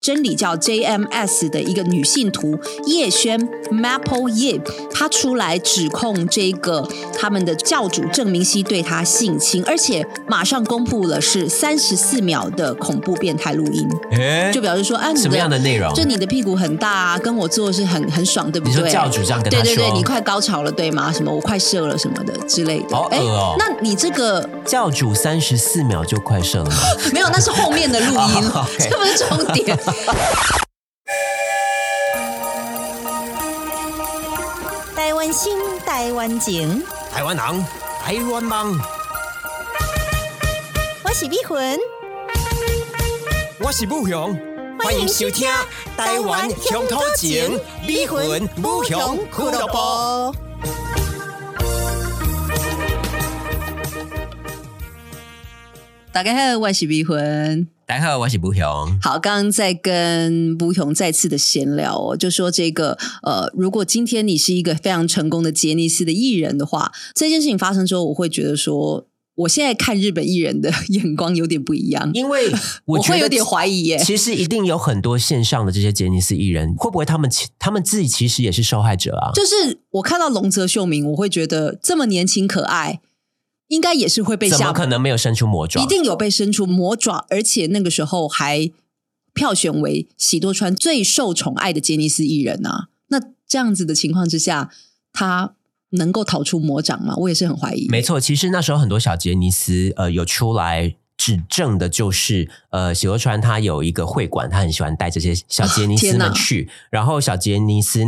真理教 JMS 的一个女信徒叶轩 Maple 叶，她出来指控这个他们的教主郑明熙对她性侵，而且马上公布了是三十四秒的恐怖变态录音，哎就表示说，啊，你什么样的内容？就你的屁股很大啊，跟我做是很很爽，对不你对？说教主这样跟他对对对，说你快高潮了对吗？什么我快射了什么的之类的。好恶哎哦那你这个教主三十四秒就快射 了吗？ 没有，那是后面的录音 哦，，OK 这不是重点。台湾心，台湾情，台湾狼，台湾梦，我是美魂。我是武雄，欢迎收听台湾乡土情，美魂武雄俱乐部。大家好，我是逼魂。大家好，我是武雄。好，刚刚在跟吴勇再次的闲聊哦，就说这个呃，如果今天你是一个非常成功的杰尼斯的艺人的话，这件事情发生之后，我会觉得说，我现在看日本艺人的眼光有点不一样，因为我觉会得有点怀疑耶。其实一定有很多线上的这些杰尼斯艺人，会不会他们其他们自己其实也是受害者啊？就是我看到龙泽秀明，我会觉得这么年轻可爱，应该也是会被怎吓么可能没有伸出魔爪？一定有被伸出魔爪，而且那个时候还票选为喜多川最受宠爱的杰尼斯艺人啊。那这样子的情况之下，他能够逃出魔掌吗？我也是很怀疑。没错，其实那时候很多小杰尼斯呃有出来。指证的就是，呃，喜多川他有一个会馆，他很喜欢带这些小杰尼斯天哪们去，然后小杰尼斯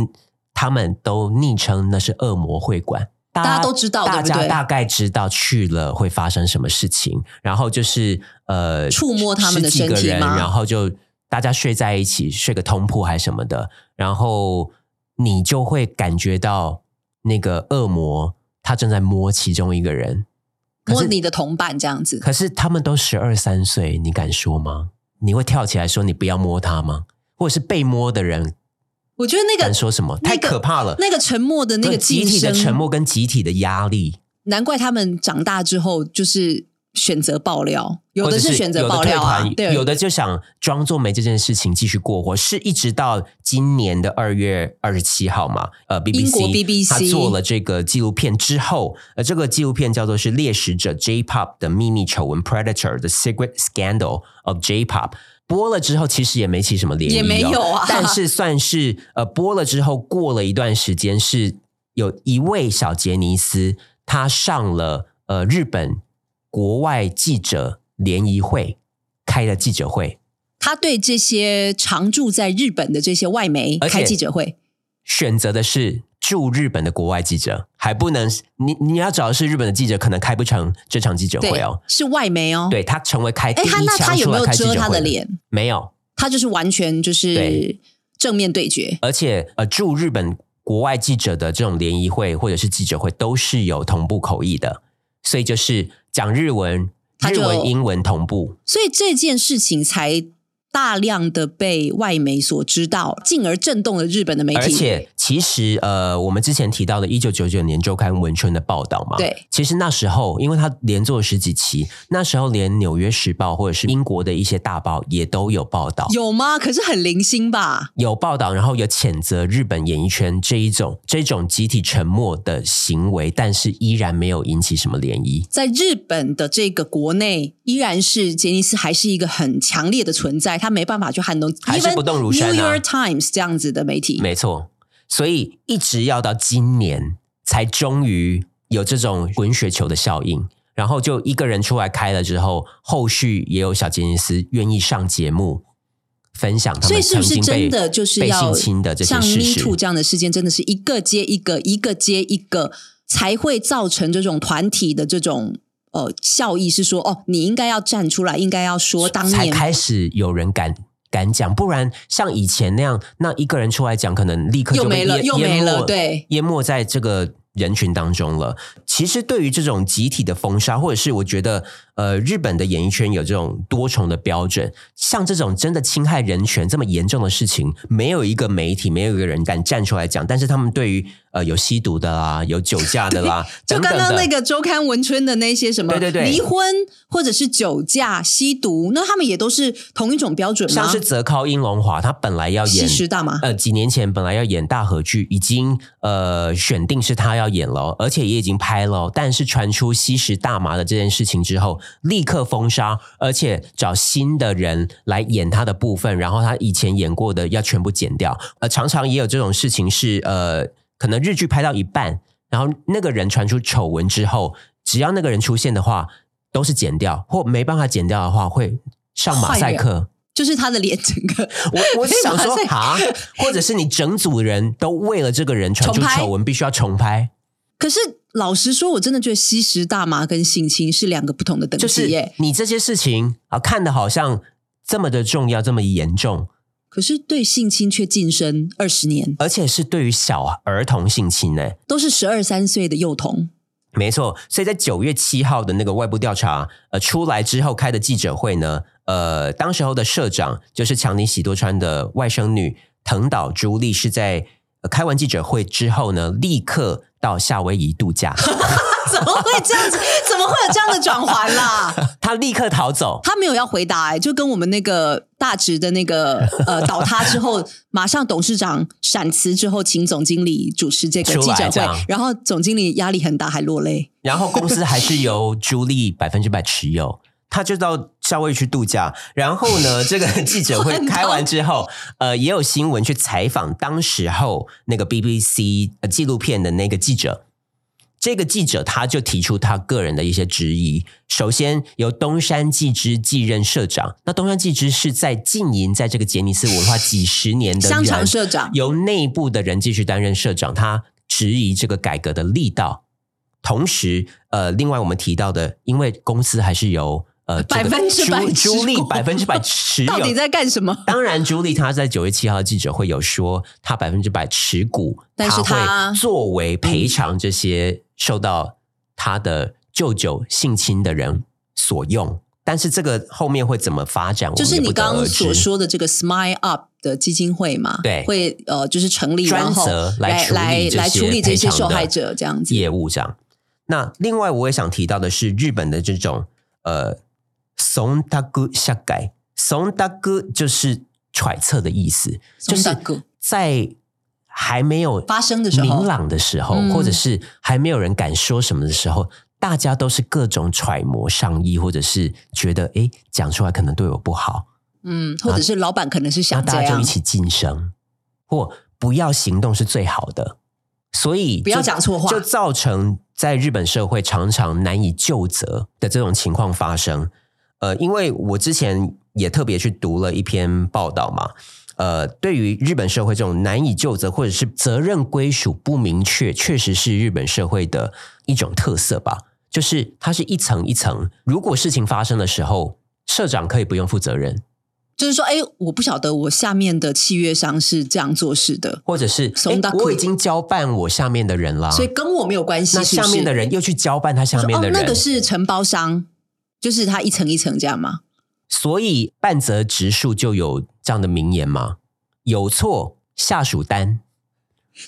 他们都昵称那是恶魔会馆，大大家都知道大对不家对大概知道去了会发生什么事情，然后就是呃，触摸他们的身体吗十几个人然后就大家睡在一起，睡个通铺还是什么的，然后你就会感觉到那个恶魔他正在摸其中一个人，可摸是你的同伴这样子，可是他们都十二三岁，你敢说吗？你会跳起来说你不要摸他吗？或者是被摸的人我觉得那敢个说什么？那太个可怕了！那个沉默的那个对集晋体的升，沉默跟集体的压力，难怪他们长大之后就是选择爆料，有或的者是选择爆料啊有的，退团对，有的就想装作没这件事情继续过活，是一直到今年的二月二十七号嘛，呃，BBC 英国 BBC 他做了这个纪录片之后，呃，这个纪录片叫做是《猎食者 J-Pop 的秘密丑闻 Predator: The Secret Scandal of J-Pop》。播了之后，其实也没起什么涟漪、哦，也没有 啊但是算是呃，播了之后过了一段时间，是有一位小杰尼斯，他上了呃日本国外记者联谊会开的记者会，他对这些常驻在日本的这些外媒而且开记者会，选择的是驻日本的国外记者，还不能你你要找的是日本的记者，可能开不成这场记者对会哦。，是外媒哦，对他成为开第哎，一他那他枪有出没来有开记遮者他会的？脸？没有，他就是完全就是对正面对决。而且呃，驻日本国外记者的这种联谊会或者是记者会都是有同步口译的，所以就是讲日文、他日就文、英文同步。所以这件事情才大量的被外媒所知道，进而震动了日本的媒体。而且其实呃，我们之前提到的1999年周刊文春的报道嘛，对，其实那时候因为它连做了十几期，那时候连《纽约时报》或者是英国的一些大报也都有报道。有吗？可是很零星吧？有报道，然后有谴责日本演艺圈这一种这种集体沉默的行为，但是依然没有引起什么涟漪。在日本的这个国内，依然是杰尼斯还是一个很强烈的存在，他没办法去撼动，还是不动如山啊 Even New York Times 这样子的媒体，没错，所以一直要到今年才终于有这种滚雪球的效应。然后就一个人出来开了之后，后续也有小杰尼斯愿意上节目分享他所们以是曾不是经真被的就是被性要侵的这些像事 Me 实 Too 这样的事件，真的是一个接一个，一个接一个，才会造成这种团体的这种呃效益？是说哦，你应该要站出来，应该要说当才年开始有人敢敢讲，不然像以前那样，那一个人出来讲，可能立刻又就被没了，淹又没淹了，没对。淹没在这个人群当中了。其实对于这种集体的封杀，或者是我觉得，呃，日本的演艺圈有这种多重的标准，像这种真的侵害人权这么严重的事情，没有一个媒体，没有一个人敢站出来讲。但是他们对于呃有吸毒的啦，有酒驾的啦， 就等刚等刚的那个周刊文春的那些什么，对对对离婚或者是酒驾、吸毒，那他们也都是同一种标准吗？像是泽靠英龙华，他本来要吸演食大麻，呃，几年前本来要演大河剧，已经呃选定是他要演了哦，而且也已经拍了哦。但是传出吸食大麻的这件事情之后，立刻封杀，而且找新的人来演他的部分，然后他以前演过的要全部剪掉。呃，常常也有这种事情是呃，可能日剧拍到一半，然后那个人传出丑闻之后，只要那个人出现的话，都是剪掉，或没办法剪掉的话会上马赛坏掉克。就是他的脸整个 我我是想马说赛克啊，或者是你整组人都为了这个人传出重拍丑闻，必须要重拍，可是老实说，我真的觉得吸食大麻跟性侵是两个不同的等就级耶、是你这些事情啊，看的好像这么的重要，这么严重，可是对性侵却晋升二十年，而且是对于小儿童性侵呢、都是十二三岁的幼童。没错，所以在九月七号的那个外部调查呃出来之后开的记者会呢，呃，当时候的社长就是强尼喜多川的外甥女藤岛朱莉是在、呃开完记者会之后呢，立刻到夏威夷度 假， 怎么会这样子？ 怎么会有这样的转环啦？她立刻逃走。 他没有要回答、哎，就跟我们那个大直的那个 呃倒塌之后，马上董事长闪辞之后，请总经理主持这个出记来者这会样，然后总经理压力很大，还落泪。然后公司还是由朱莉百分之百持有。他就到夏威夷去度假，然后呢，这 个记者会开完之后，呃，也有新闻去采访当时候那个 BBC 呃纪录片的那个记者。这个记者他就提出他个人的一些质疑。首先，由东山纪之继任社长。那东山纪之是在浸淫在这个杰尼斯文化几十年的人香肠社长由内部的人继续担任社长，他质疑这个改革的力道。同时，呃，另外我们提到的，因为公司还是由呃这个100%朱朱莉持股百分之百持有，到底在干什么？当然，朱莉她在九月七号的记者会有说，她百分之百持股，但是她嗯会作为赔偿这些受到她的舅舅性侵的人所用。但是这个后面会怎么发展，就是我们你也不得刚而刚知所说的这个 Smile Up 的基金会嘛，对会呃就是成立，专然后责来来来来处处理理这这些些受受害害者者这样子业务这样。那另外我也想提到的是日本的这种呃怂大哥下改，怂大哥就是揣测的意思，就怂是大哥在还没有发生的时候明朗的时候，嗯或者是还没有人敢说什么的时候。大家都是各种揣摩上意，或者是觉得诶讲出来可能对我不好，嗯，或者是老板可能是那想这大家就样一，起晋升，或不要行动是最好的。所以就不要讲错话就造成在日本社会常常难以就责的这种情况发生。呃，因为我之前也特别去读了一篇报道嘛，呃，对于日本社会这种难以就责或者是责任归属不明确，确实是日本社会的一种特色吧。就是它是一层一层，如果事情发生的时候，社长可以不用负责任，就是说，哎，我不晓得我下面的契约商是这样做事的，或者是怂诶大裤我已经交办我下面的人啦，所以跟我没有关系，啊那是不下是面的人又去交办他下说面的哦，人，那个是承包商，就是他一层一层这样吗？所以半泽直树就有这样的名言嘛：有错下属担，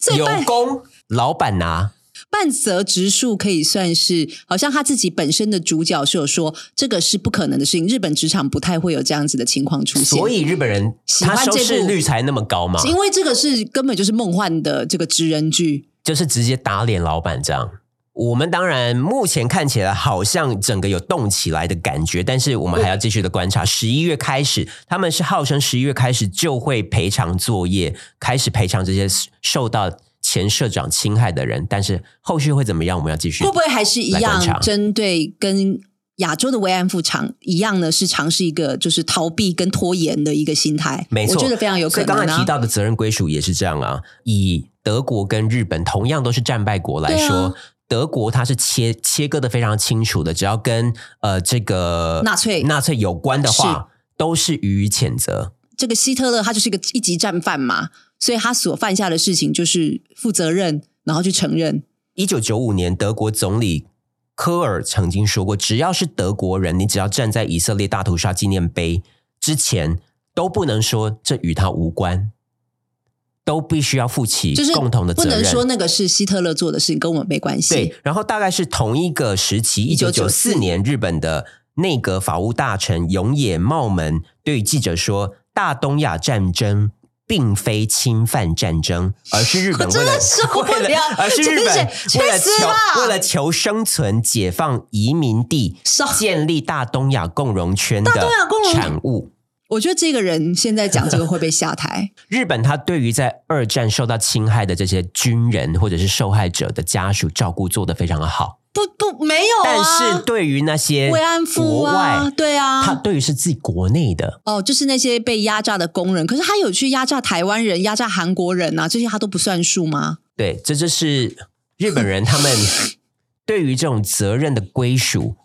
所以有半功老板拿。半泽直树可以算是，好像他自己本身的主角是有说，这个是不可能的事情，日本职场不太会有这样子的情况出现，所以啊日本人喜欢他收这视部率才那么高嘛，因为这个是根本就是梦幻的这个职人剧，就是直接打脸老板这样。我们当然目前看起来好像整个有动起来的感觉，但是我们还要继续的观察。十一月开始，他们是号称十一月开始就会赔偿作业，开始赔偿这些受到前社长侵害的人，但是后续会怎么样，我们要继续会不会还是一来观察样针对跟亚洲的慰安妇场一样呢？是尝试一个就是逃避跟拖延的一个心态，没错我觉得非常有所可以刚才能提啊。到的责任归属也是这样啊，以德国跟日本同样都是战败国来说，对啊德国它是切切割的非常清楚的，只要跟呃这个纳粹纳粹有关的话，都是予以谴责。这个希特勒他就是一个一级战犯嘛，所以他所犯下的事情就是负责任，然后去承认。一九九五年，德国总理科尔曾经说过，只要是德国人，你只要站在以色列大屠杀纪念碑之前，都不能说这与他无关，都必须要负起就是共同的责不任。能说那个是希特勒做的事情，跟我们没关系。对，然后大概是同一个时期，一九九四1994年，日本的内阁法务大臣永野茂门对记者说：“大东亚战争并非侵犯战争，而是日本我 为真了的受不 为了了，而是日本为了真是去死吧求为了求生存、解放移民地少，建立大东亚共荣圈的大东亚共荣产物。”我觉得这个人现在讲这个会被下台。 日本它对于在二战受到侵害的这些军人或者是受害者的家属照顾做得非常的好，不不，没有啊。但是对于那些慰安妇国啊外，，对他啊，对于是自己国内的，哦，就是那些被压榨的工人，可是他有去压榨台湾人、压榨韩国人啊，这些他都不算数吗？对，这就是日本 人他们对于这种责任的归属，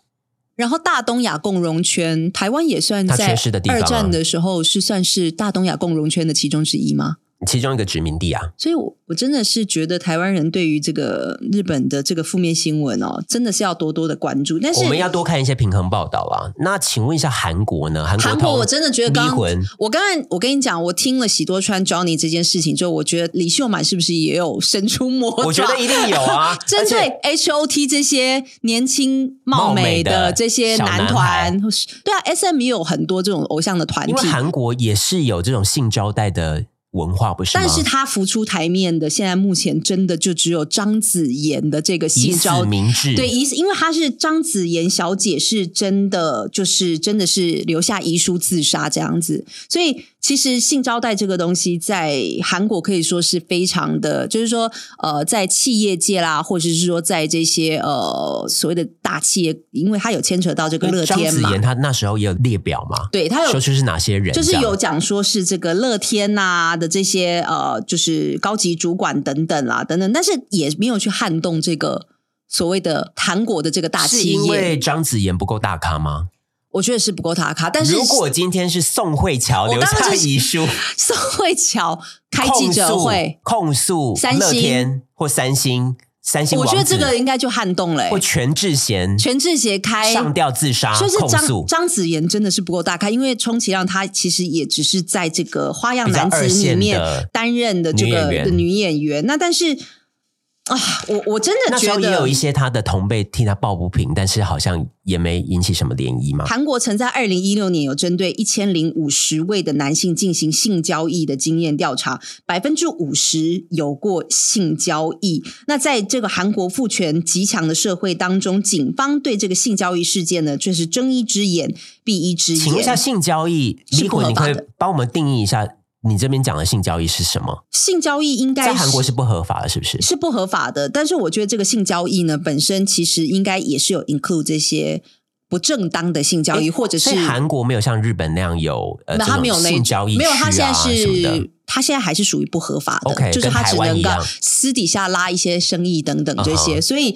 然后大东亚共荣圈，台湾也算它缺在失的地方二啊战的时候是算是大东亚共荣圈的其中之一吗？其中一个殖民地啊，所以我，我真的是觉得台湾人对于这个日本的这个负面新闻哦，真的是要多多的关注。但是我们要多看一些平衡报道啊。那请问一下韩国呢？韩国韩通国，我真的觉得刚离婚我刚才我跟你讲，我听了喜多川 Johnny 这件事情之后，我觉得李秀满是不是也有伸出魔爪？，我觉得一定有啊 针而且对 H O T 这些年轻貌美貌美的的这些男小男孩团，对啊，S M 也有很多这种偶像的团因为体，韩国也是有这种性招待的文化，不是吗？但是他浮出台面的，现在目前真的就只有张子妍的这个以新此招。明志，对，疑似因为她是张子妍小姐，是真的，就是真的是留下遗书自杀这样子，所以其实性招待这个东西在韩国可以说是非常的，就是说呃，在企业界啦，或者是说在这些呃所谓的大企业，因为它有牵扯到这个因为乐张天子嘛妍，她那时候也有列表嘛，对，它有说出是哪些人，就是这样有讲说是这个乐天呐、的这些呃，就是高级主管等等啦、等等，但是也没有去撼动这个所谓的韩国的这个大是企因业，为张子妍不够大咖吗？我觉得是不够他卡。但是如果今天是宋慧乔我留刚刚下就是遗书， 宋慧乔开记者会，控诉控三诉星乐天或三星，三星我王子觉得这个应该就撼动了、欸或全智贤全智贤开上吊自杀就是控张诉，张子妍真的是不够大咖，因为充其量她其实也只是在这个《花样比较男子二》里线面的担任的这个女演员的女演员。那但是啊，我我真的那时觉候也得有一些他的同辈替他抱不平，但是好像也没引起什么涟漪嘛。韩国曾在二零一六年有针对一千零五十位的男性进行性交易的经验调查，百分之五十有过性交易。那在这个韩国父权极强的社会当中，警方对这个性交易事件呢，却是睁一只眼闭一只请问一下，眼。性交易，是离不合婚，你法可的以帮我们定义一下，你这边讲的性交易是什么？性交易应该在韩国是不合法的，是不是？是不合法的，但是我觉得这个性交易呢，本身其实应该也是有 include 这些不正当的性交易，诶或者是哎所以韩国没有像日本那样有呃那这他种没有那性交易、啊、没有，他现在什么的是。他现在还是属于不合法的 OK，就是他只跟台湾能一够样私底下拉一些生意等等这些嗯哼所以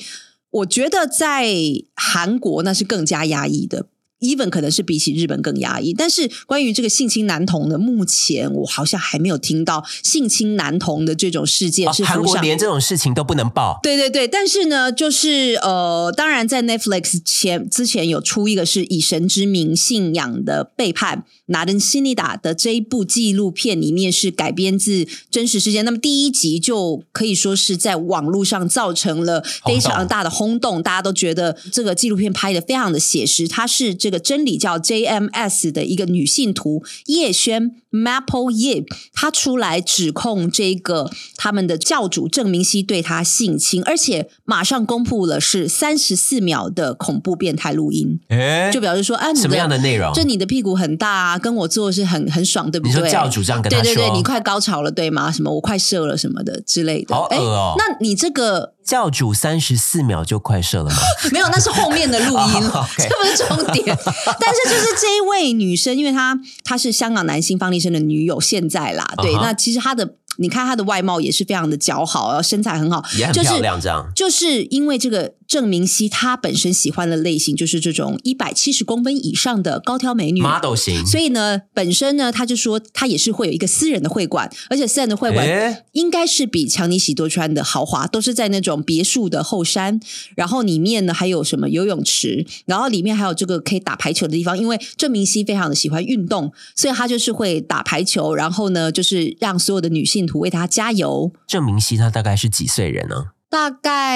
我觉得在韩国那是更加压抑的，even 可能是比起日本更压抑。但是关于这个性侵男童的，目前我好像还没有听到性侵男童的这种事件啊是韩浮国上连这种事情都不能报，对对对，但是呢，就是呃，当然在 Netflix 前之前有出一个是以神之名信仰的背叛，拿登辛尼达的这一部纪录片里面是改编自真实事件，那么第一集就可以说是在网络上造成了非常大的轰动，大家都觉得这个纪录片拍的非常的写实，它是这个真理教 JMS 的一个女信徒叶轩 Maple Yip，她出来指控这个他们的教主郑明熙对她性侵，而且马上公布了是三十四秒的恐怖变态录音，哎就表示说啊，你什么样的内容？就你的屁股很大啊，跟我做是很很爽，对不你对？说教主这样跟他对说，对对，你快高潮了对吗？什么我快射了什么的之类的。好恶哦诶哎那你这个教主三十四秒就快射了 吗？没有，那是后面的录音 哦，OK 这不是重 点。但是就是这一位女生，因为她她是香港男星方力申的女友，现在啦，对啊哈那其实她的你看她的外貌也是非常的姣好，然后身材很好，也很就是漂亮，这样就是因为这个郑明熙她本身喜欢的类型就是这种一百七十公分以上的高挑美女。 model 型，所以呢，本身呢，他就说他也是会有一个私人的会馆，而且私人的会馆诶应该是比强尼喜多川的豪华，都是在那种别墅的后山，然后里面呢还有什么游泳池，然后里面还有这个可以打排球的地方，因为郑明熙非常的喜欢运动，所以他就是会打排球，然后呢，就是让所有的女性徒为他加油。郑明熙他大概是几岁人呢、大概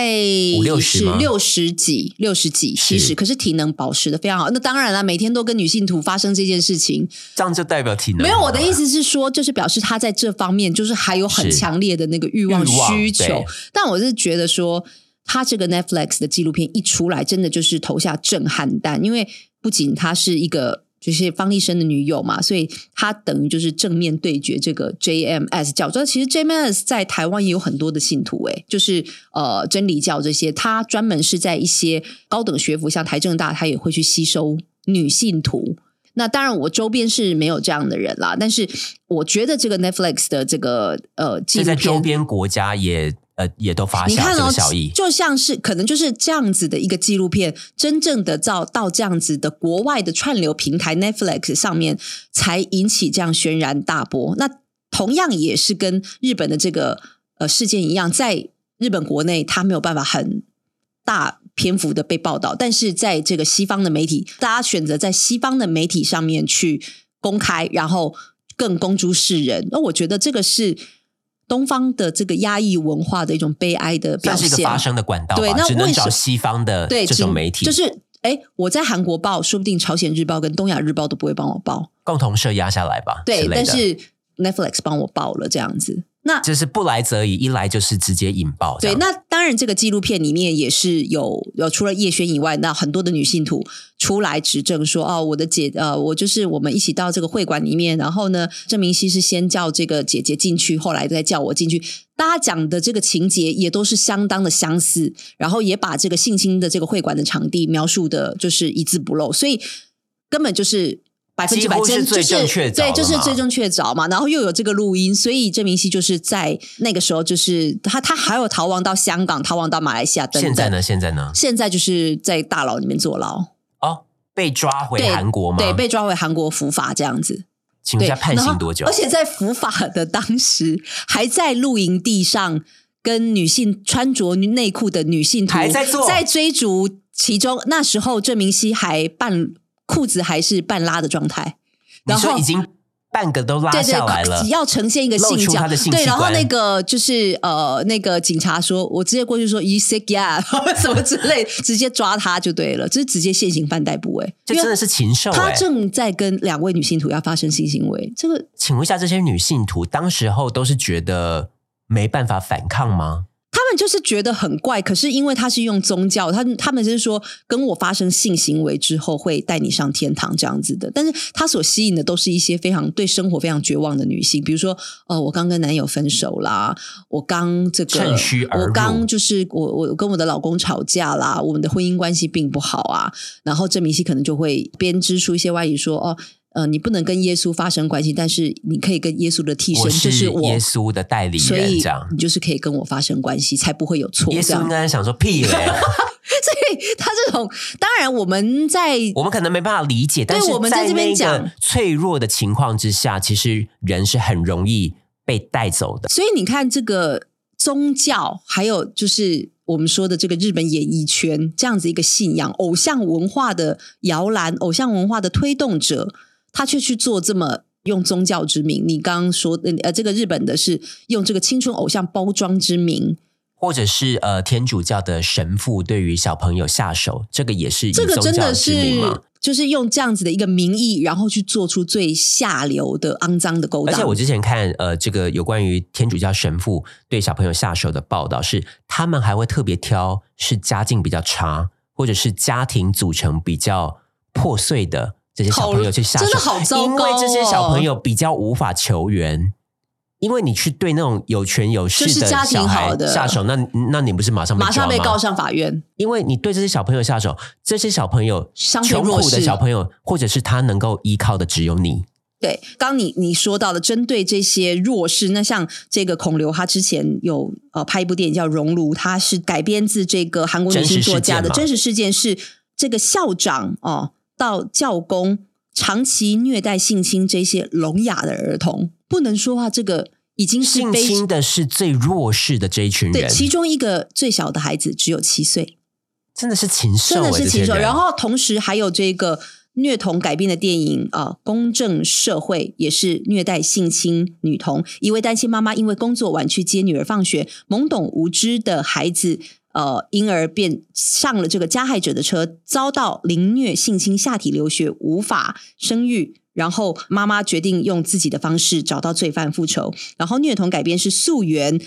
五六十是吗六十几、六十几、七是十，可是体能保持的非常好。那当然了，每天都跟女性徒发生这件事情，这样就代表体能没有，我的意思思，是说，就是表示他在这方面就是还有很是强烈的那个欲望欲望需求对。但我是觉得说，他这个 Netflix 的纪录片一出来，真的就是投下震撼弹，因为不仅她是一个。就是方力申的女友嘛，所以她等于就是正面对决这个 JMS 教。这其实 JMS 在台湾也有很多的信徒、诶，就是呃真理教这些，他专门是在一些高等学府，像台政大，他也会去吸收女信徒。那当然，我周边是没有这样的人啦。但是我觉得这个 Netflix 的这个呃纪这录在片，周边国家也呃也都发你下看这哦个效益，，就像是可能就是这样子的一个纪录片，真正的到到这样子的国外的串流平台 Netflix 上面，才引起这样轩然大波。那同样也是跟日本的这个呃事件一样，在日本国内它没有办法很大篇幅的被报道，但是在这个西方的媒体，大家选择在西方的媒体上面去公开，然后更公诸世人。那我觉得这个是东方的这个压抑文化的一种悲哀的表算是一个现。啊发声的管道吧，对那只能为什找西方的对这种只媒体，就是。哎，我在韩国报，说不定朝鲜日报跟东亚日报都不会帮我报，共同社压下来吧，对之，类但的是 Netflix 帮我报了这样子。那就是不来则已，一来就是直接引爆这对，样，那当然，这个纪录片里面也是有有除了叶轩以外，那很多的女性徒出来指证说，哦，我的姐，呃，我就是我们一起到这个会馆里面，然后呢，郑明熙是先叫这个姐姐进去，后来再叫我进去。大家讲的这个情节也都是相当的相似，然后也把这个性侵的这个会馆的场地描述的，就是一字不漏，所以根本就是。百分之百几乎是真就最是正确找对，就是了嘛最正确找嘛，然后又有这个录音，所以郑明熙就是在那个时候，就是他他还有逃亡到香港，逃亡到马来西亚等等。现在？呢？现在呢？现在就是在大牢里面坐牢，哦，被抓回对韩国吗？对，被抓回韩国伏法这样子。请问对，一下判然刑后多久？而且在伏法的当时，还在露营地上跟女性穿着内裤的女性徒还在做在追逐其中。那时候郑明熙还半裤子还是半拉的状态。你然说后已经半个都拉对对，下来了，要呈现一个露性出交他的性对，器然后官那个就是呃，那个警察说，我直接过去说 you sick yeah 什么之类，直接抓他就对了，就是直接现行犯逮捕哎、这因真为的是禽兽他哎、正在跟两位女性徒要发生性行为，这个请问一下，这些女性徒当时候都是觉得没办法反抗吗？他们就是觉得很怪，可是因为他是用宗教，他他们就是说跟我发生性行为之后会带你上天堂这样子的，但是他所吸引的都是一些非常对生活非常绝望的女性，比如说，呃，我刚跟男友分手啦，我刚这个趁虚而入我刚就是我我跟我的老公吵架啦，我们的婚姻关系并不好啊，然后郑明熙可能就会编织出一些外语说，哦，呃，你不能跟耶稣发生关系，但是你可以跟耶稣的替身，我就是是我耶稣的代理所以人，这样。你就是可以跟我发生关系，才不会有错。耶这稣应样， 该想说屁嘞，所以他这种，当然我们在我们可能没办法理解，但是我们在这边那讲个脆弱的情况之下，其实人是很容易被带走的。所以你看这个宗教，还有就是我们说的这个日本演艺圈这样子一个信仰、偶像文化的摇篮、偶像文化的推动者，他却去做这么。用宗教之名，你刚刚说的，呃，这个日本的是用这个青春偶像包装之名，或者是呃，天主教的神父对于小朋友下手，这个也是以这个宗真教的之是名嘛？就是用这样子的一个名义，然后去做出最下流的、肮脏的勾而当。且我之前看呃，这个有关于天主教神父对小朋友下手的报道是，他们还会特别挑是家境比较差，或者是家庭组成比较破碎的这些小朋友去下手，真的好糟糕、哦，因为这些小朋友比较无法求援。因为你去对那种有权有势就是的家庭小孩好的下手，那那你不是马上被马上抓被吗告上法院。因为你对这些小朋友下手，这些小朋友相对穷弱苦的势小朋友，或者是他能够依靠的只有你，对，刚你你说到了针对这些弱势，那像这个孔刘，他之前有呃拍一部电影叫《熔炉》，它是改编自这个韩国女性作家的真真实事件，是这个校长哦到教工长期虐待性侵这些聋哑的儿童，不能说话，这个已经是性悲侵的是最弱势的这一群对，人，其中一个最小的孩子只有七岁，真的是禽兽、欸，真的是禽这兽。些人然后同时还有这个虐童改编的电影啊，公正社会》也是虐待性侵女童。一位单亲妈妈因为工作晚去接女儿放学，懵懂无知的孩子。呃，因而便上了这个加害者的车，遭到凌虐、性侵、下体流血，无法生育。然后妈妈决定用自己的方式找到罪犯复仇。然后虐童改编是《溯源》，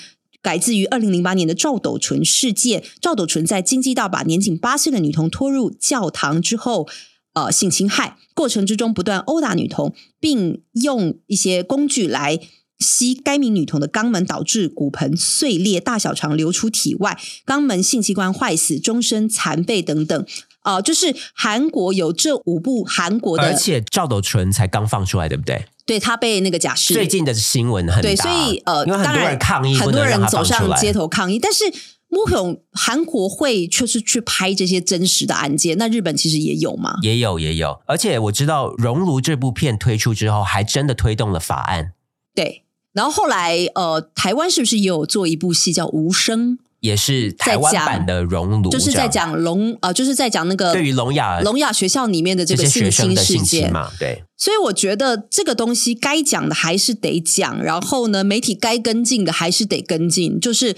改自于二零零八年的赵斗淳事件。赵斗淳在京畿道把年仅八岁的女童拖入教堂之后，呃，性侵害过程之中不断殴打女童，并用一些工具来吸该名女童的肛门，导致骨盆碎裂、大小肠流出体外、肛门性器官坏死、终身残废等等。呃，就是韩国有这五部韩国而的，且赵斗淳才刚放出来，对不对？对他被那个假释最近的新闻很大，对，所以呃，因为当然很多人抗议，很不多能让人他走放出上来。街头抗议，但是。穆勇，韩国会就是去拍这些真实的案件，那日本其实也有嘛？也有也有，而且我知道《熔炉》这部片推出之后，还真的推动了法案，对。然后后来呃，台湾是不是也有做一部戏叫《无声也是台湾版的《熔炉》，》，嗯就是在讲聋呃，就是在讲那个对于聋哑聋哑学校里面的这这个性些学生侵的事性侵件。嘛，对，所以我觉得这个东西该讲的还是得讲，然后呢，媒体该跟进的还是得跟进，就是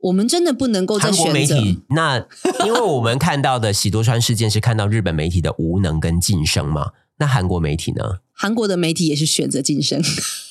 我们真的不能够再韩国媒选择。体那，因为我们看到的喜多川事件是看到日本媒体的无能跟晋升嘛，那韩国媒体呢，韩国的媒体也是选择晋升，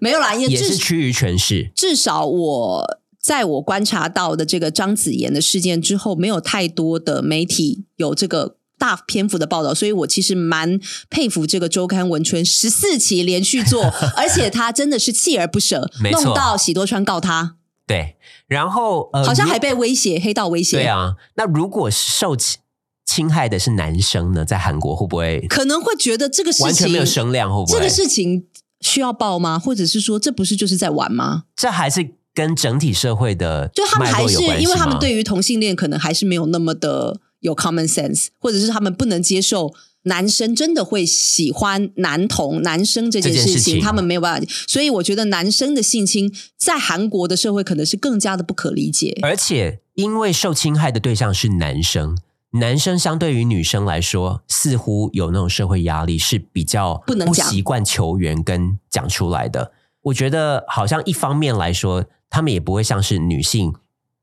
没有啦，因为也至是趋于权势，至少我在我观察到的这个张子妍的事件之后，没有太多的媒体有这个。大篇幅的报道，所以我其实蛮佩服这个周刊文春十四期连续做， 而且他真的是锲而不舍，没错弄到喜多川告他，对，然后呃，好像如还被威胁，黑道威胁，对啊，那如果受侵侵害的是男生呢，在韩国会不会可能会觉得这个事情完全没有哎声量？会不会这个事情需要报吗？或者是说这不是就是在玩吗？这还是跟整体社会的就他们脉还络是有关系因为他们吗对于同性恋可能还是没有那么的有 common sense，或者是他们不能接受男生真的会喜欢男童男生这件这件事事情啊情，他们没有办法。所以我觉得男生的性侵在韩国的社会可能是更加的不可理解。而且因为受侵害的对象是男生，男生相对于女生来说，似乎有那种社会压力是比较不能不讲习惯求援跟讲出来的。我觉得好像一方面来说，他们也不会像是女性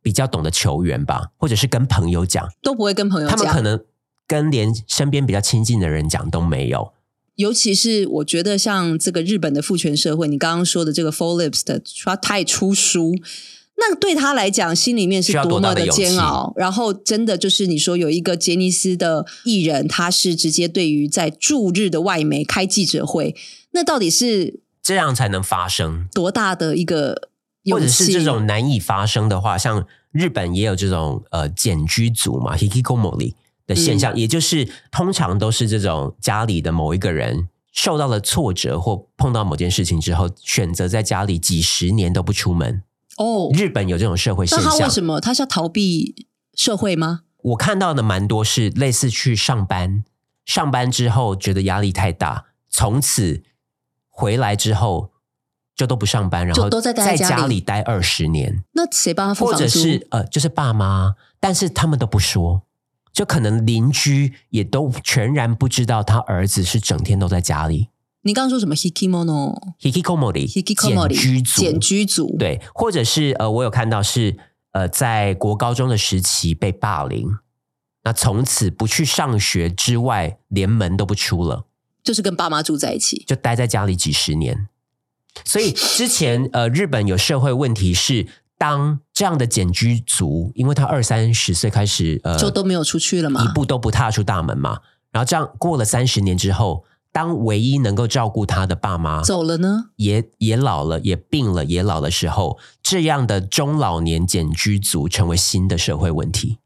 比较懂得求援吧，或者是跟朋友讲，都不会跟朋友他们可讲，能跟连身边比较亲近的人讲都没有。尤其是我觉得像这个日本的父权社会，你刚刚说的这个 f o l i p s 的，他他也出书，那对他来讲，心里面是需要多多大么的的勇气煎熬。然后真的就是你说有一个杰尼斯的艺人，他是直接对于在驻日的外媒开记者会，那到底是这样才能发生，多大的一个或勇气？者是这种难以发生的话，像日本也有这种呃简居族嘛 （hikikomori） 的现嗯象，也就是通常都是这种家里的某一个人受到了挫折或碰到某件事情之后，选择在家里几十年都不出门。哦，日本有这种社会现那他为象，什么他是要逃避社会吗？我看到的蛮多是类似去上班，上班之后觉得压力太大，从此回来之后就都不上班，然后就都在待在在家里家里待二十年。那谁帮他付或房者租？是呃，就是爸妈，但是他们都不说，就可能邻居也都全然不知道他儿子是整天都在家里你刚刚说什么 hikimono hikikomori hikikomori 简居族，简居族，对，或者是呃，我有看到是呃，在国高中的时期被霸凌，那从此不去上学之外，连门都不出了。就是跟爸妈住在一起。就待在家里几十年。所以之前呃，日本有社会问题是，当这样的简居族，因为他二三十岁开始呃，就都没有出去了嘛一步都不踏出大门嘛。然后这样过了三十年之后，当唯一能够照顾他的爸妈走了呢？也也老了，也病了，也老的时候，这样的中老年简居族成为新的社会问题。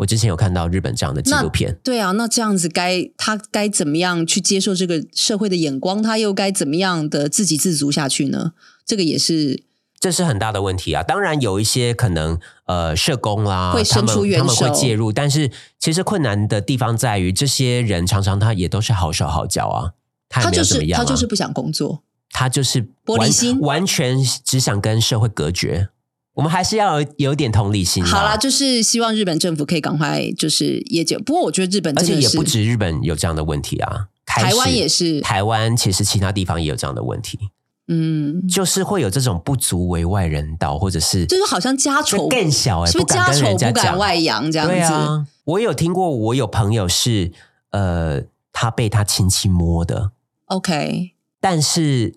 我之前有看到日本这样的纪录片，对啊，那这样子该他该怎么样去接受这个社会的眼光？他又该怎么样的自给自足下去呢？这个也是这是很大的问题啊。当然有一些可能呃社工啦，会他伸们出援他们会手介入，但是其实困难的地方在于，这些人常常他也都是好手好脚啊，他也他没有就怎么是样、啊他就是不想工作，他就是玻璃完心完全只想跟社会隔绝。我们还是要有有点同理心。啊好啦，，就是希望日本政府可以赶快就是也解。不过我觉得日本而且真的也是不止日本有这样的问题啊，开始台湾也是，台湾其实其他地方也有这样的问题，嗯，就是会有这种不足为外人道，或者是就是好像家这丑更小哎、是不不是敢家跟丑人家不敢讲。外扬这样对子？啊，我有听过，我有朋友是呃，他被他亲戚摸的， OK，但是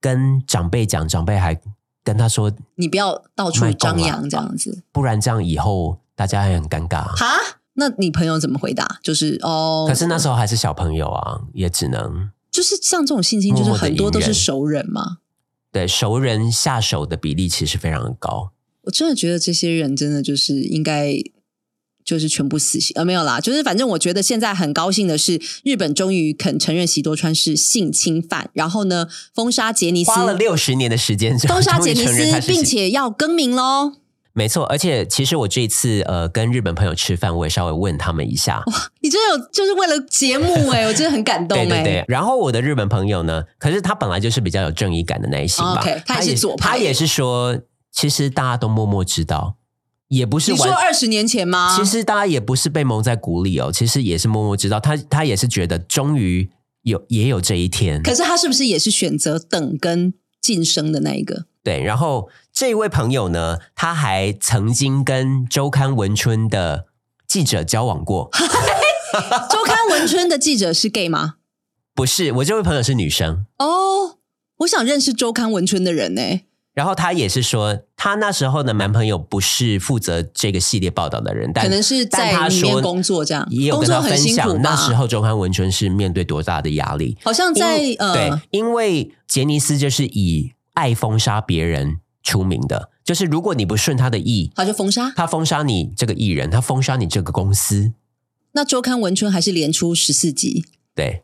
跟长辈讲，长辈还跟他说，你不要到处卖供张啦扬这样子不然这样以后大家还很尴尬。哈，那你朋友怎么回答？就是哦，可是那时候还是小朋友啊，也只能就是像这种性侵，就默是默地很多都隐是忍熟人嘛。对熟人下手的比例其实非常的高。我真的觉得这些人真的就是应该就是全部死刑呃没有啦，就是反正我觉得现在很高兴的是，日本终于肯承认喜多川是性侵犯，然后呢封杀杰尼斯，花了六十年的时 间，封杀杰终尼于承认他斯，是并喜且要更名喽。没错，而且其实我这一次呃跟日本朋友吃饭，我也稍微问他们一下，你真的有就是为了节目哎、我真的很感动对哎、对对。然后我的日本朋友呢，可是他本来就是比较有正义感的那一型吧哦 OK，他也是左派他也是说，其实大家都默默知道，也不是你完说。啊二十年前吗？其实大家也不是被蒙在鼓里哦，其实也是默默知道，他他也是觉得终于有也有这一天，可是他是不是也是选择等跟晋升的那一个？对，然后这位朋友呢，他还曾经跟周刊文春的记者交往过。周刊文春的记者是 gay 吗？不是，我这位朋友是女生，哦，我想认识周刊文春的人呢、然后她也是说，她那时候的男朋友不是负责这个系列报道的人，但可能是但她在里面说工作这样也有工跟作她很分辛苦享那时吧？候周刊文春是面对多大的压力。好像在因为哦对呃，，因为杰尼斯就是以爱封杀别人出名的，就是如果你不顺他的意，他就封杀。他封杀你这个艺人，他封杀你这个公司，那周刊文春还是连出十四集，对。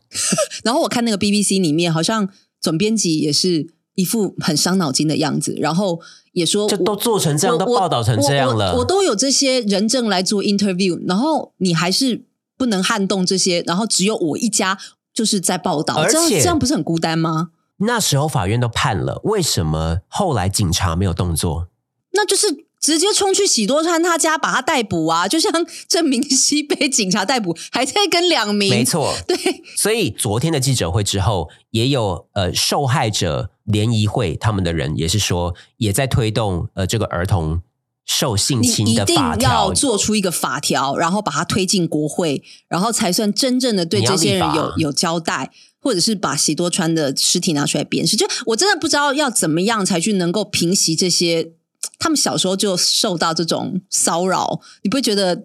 然后我看那个 BBC 里面，好像总编辑也是一副很伤脑筋的样子，然后也说就我都做成这样，我都我报道成这样了。我我我都有这些人证来做 interview，然后你还是不能撼动这些，然后只有我一家就是在报道，而这样且这样不是很孤单吗？那时候法院都判了，为什么后来警察没有动作？那就是。直接冲去喜多川他家把他逮捕啊！就像郑明熙被警察逮捕，还在跟两名没，错， 对，所以昨天的记者会之后，也有呃受害者联谊会他们的人也是说，也在推动呃这个儿童受性你侵一的定法条要。做出一个法条，然后把它推进国会，然后才算真正的对你要这些立人法啊有有交代，或者是把喜多川的尸体拿出来鞭尸。就我真的不知道要怎么样才去能够平息这些，他们小时候就受到这种骚扰，你不会觉得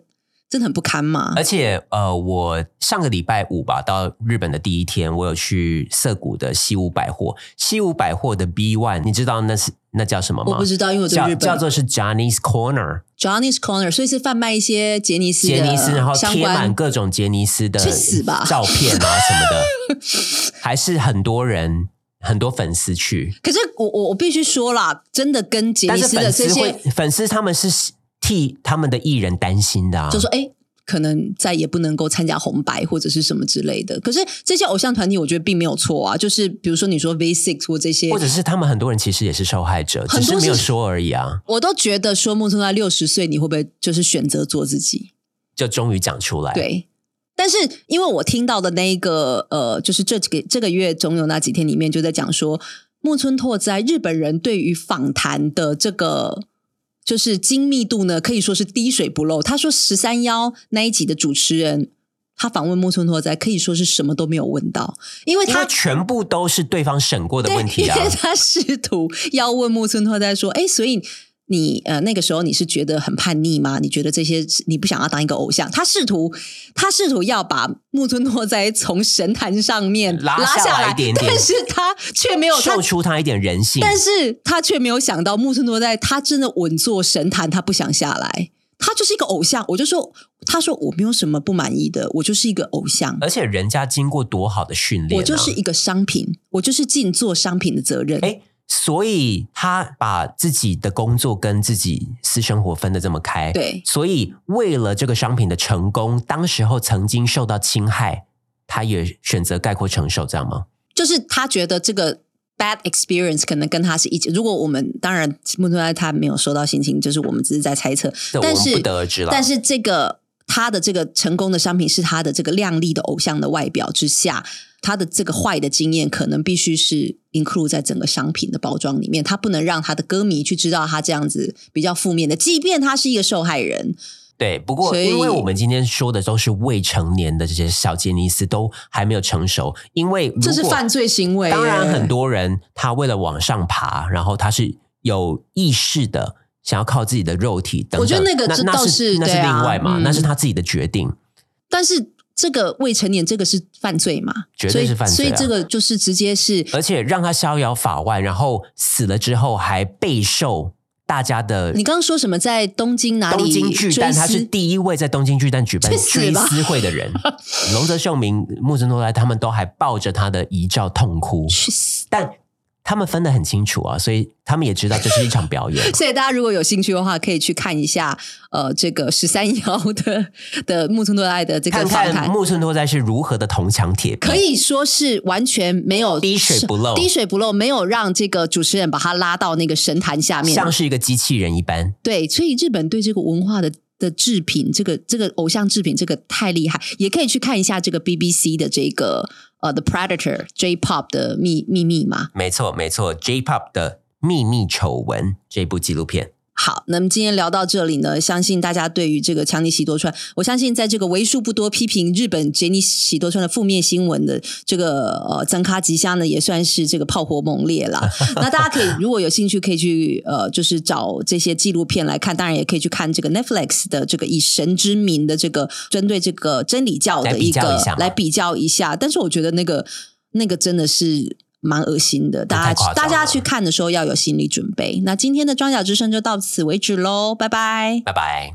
真的很不堪吗？而且呃，我上个礼拜五吧到日本的第一天，我有去涩谷的西武百货，西武百货的 B One，你知道那是那叫什么吗？我不知道，因为我对叫日叫本做是 Johnny's Corner， Johnny's Corner，所以是贩卖一些杰尼斯的杰尼斯，然后相贴满关。各种杰尼斯的去死吧照片 啊什么的，还是很多人很多粉丝去，可是我我我必须说啦，真的跟杰但尼是斯的粉这丝会些粉丝他们是替他们的艺人担心的、啊，就说哎、诶可能再也不能够参加红白或者是什么之类的。可是这些偶像团体，我觉得并没有错啊。就是比如说你说 V Six 或这些，或者是他们很多人其实也是受害者，很多只是没有是说而已啊，我都觉得说木村在六十岁，你会不会就是选择做自己？就终于讲出来。，对。但是，因为我听到的那一个呃，就是这几个这个月总有那几天里面就在讲说，木村拓哉日本人对于访谈的这个就是精密度呢，可以说是滴水不漏。他说十三幺那一集的主持人，他访问木村拓哉可以说是什么都没有问到，因为因为他全部都是对方审过的对， 问题啊因，为他试图要问木村拓哉说：“哎，所以你呃那个时候你是觉得很叛逆吗？你觉得这些你不想要当一个偶像？”他试图他试图要把木村拓哉从神坛上面拉拉下来来一点点但是他却没有他秀出他一点人性。但是他却没有想到木村拓哉，他真的稳坐神坛，他不想下来。他就是一个偶像。我就说，他说我没有什么不满意的，我就是一个偶像，而且人家经过多好的训练、啊，我就是一个商品，我就是尽做商品的责任。哎，所以他把自己的工作跟自己私生活分得这么开，对所以为了这个商品的成功，当时候曾经受到侵害，他也选择概括承受，这样吗？就是他觉得这个 bad experience 可能跟他是一起。如果我们当然木村爱他没有收到性侵，就是我们只是在猜测，这我但们是不得而知了。但是这个他的这个成功的商品是他的这个靓丽的偶像的外表之下，他的这个坏的经验可能必须是 include 在整个商品的包装里面，他不能让他的歌迷去知道他这样子比较负面的，即便他是一个受害人，对，不过所以因为我们今天说的都是未成年的这些小杰尼斯都还没有成熟，因为如这是果犯罪行为耶。当然，很多人他为了往上爬，然后他是有意识的想要靠自己的肉体等等。我觉得那个那这那倒是是那是对啊另外嘛，嗯那是他自己的决定。但是这个未成年这个是犯罪嘛？绝对是犯罪啊所以，所以这个就是直接是而且让他逍遥法外，然后死了之后还备受大家的你刚刚说什么在东京哪里东京巨追蛋，思他是第一位在东京巨蛋举办去死追吧思会的 人。龙泽秀明、木村拓哉他们都还抱着他的遗照痛哭，去死。。但他们分得很清楚啊，所以他们也知道这是一场表演 所以大家如果有兴趣的话，可以去看一下呃这个十三幺的的木村拓哉的这个看访看谈。木村拓哉是如何的铜墙铁壁，啊可以说是完全没有滴水不漏滴水不漏，没有让这个主持人把他拉到那个神坛下面。像是一个机器人一般。对，所以日本对这个文化的的制品，这个这个偶像制品，这个太厉害，也可以去看一下这个 BBC 的这个呃 The Predator J-pop 的秘秘密嘛。没错，没错，J-pop 的秘密丑闻这部纪录片，好，那么今天聊到这里呢，相信大家对于这个强尼喜多川，我相信在这个为数不多批评日本杰尼喜多川的负面新闻的这个呃张卡吉虾呢，也算是这个炮火猛烈啦。那大家可以如果有兴趣，可以去呃，就是找这些纪录片来看，当然也可以去看这个 Netflix 的这个以神之名的这个针对这个真理教的一来比较个一下嘛来比较一下，但是我觉得那个那个真的是。蛮恶心的，大太夸家大张了家去看的时候要有心理准备。那今天的装甲之声就到此为止喽，拜拜。拜拜。